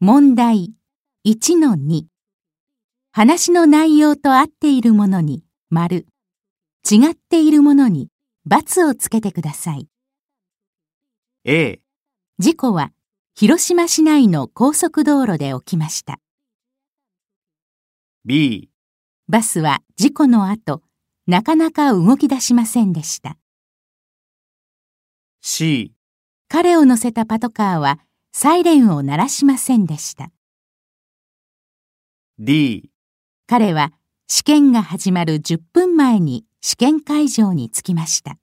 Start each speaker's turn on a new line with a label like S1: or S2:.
S1: 問題1-2話の内容と合っているものに丸違っているものに×をつけてください。
S2: A、
S1: 事故は広島市内の高速道路で起きました。
S2: B、
S1: バスは事故の後、なかなか動き出しませんでした。
S2: C、
S1: 彼を乗せたパトカーはサイレンを鳴らしませんでした。
S2: D、
S1: 彼は試験が始まる10分前に試験会場に着きました。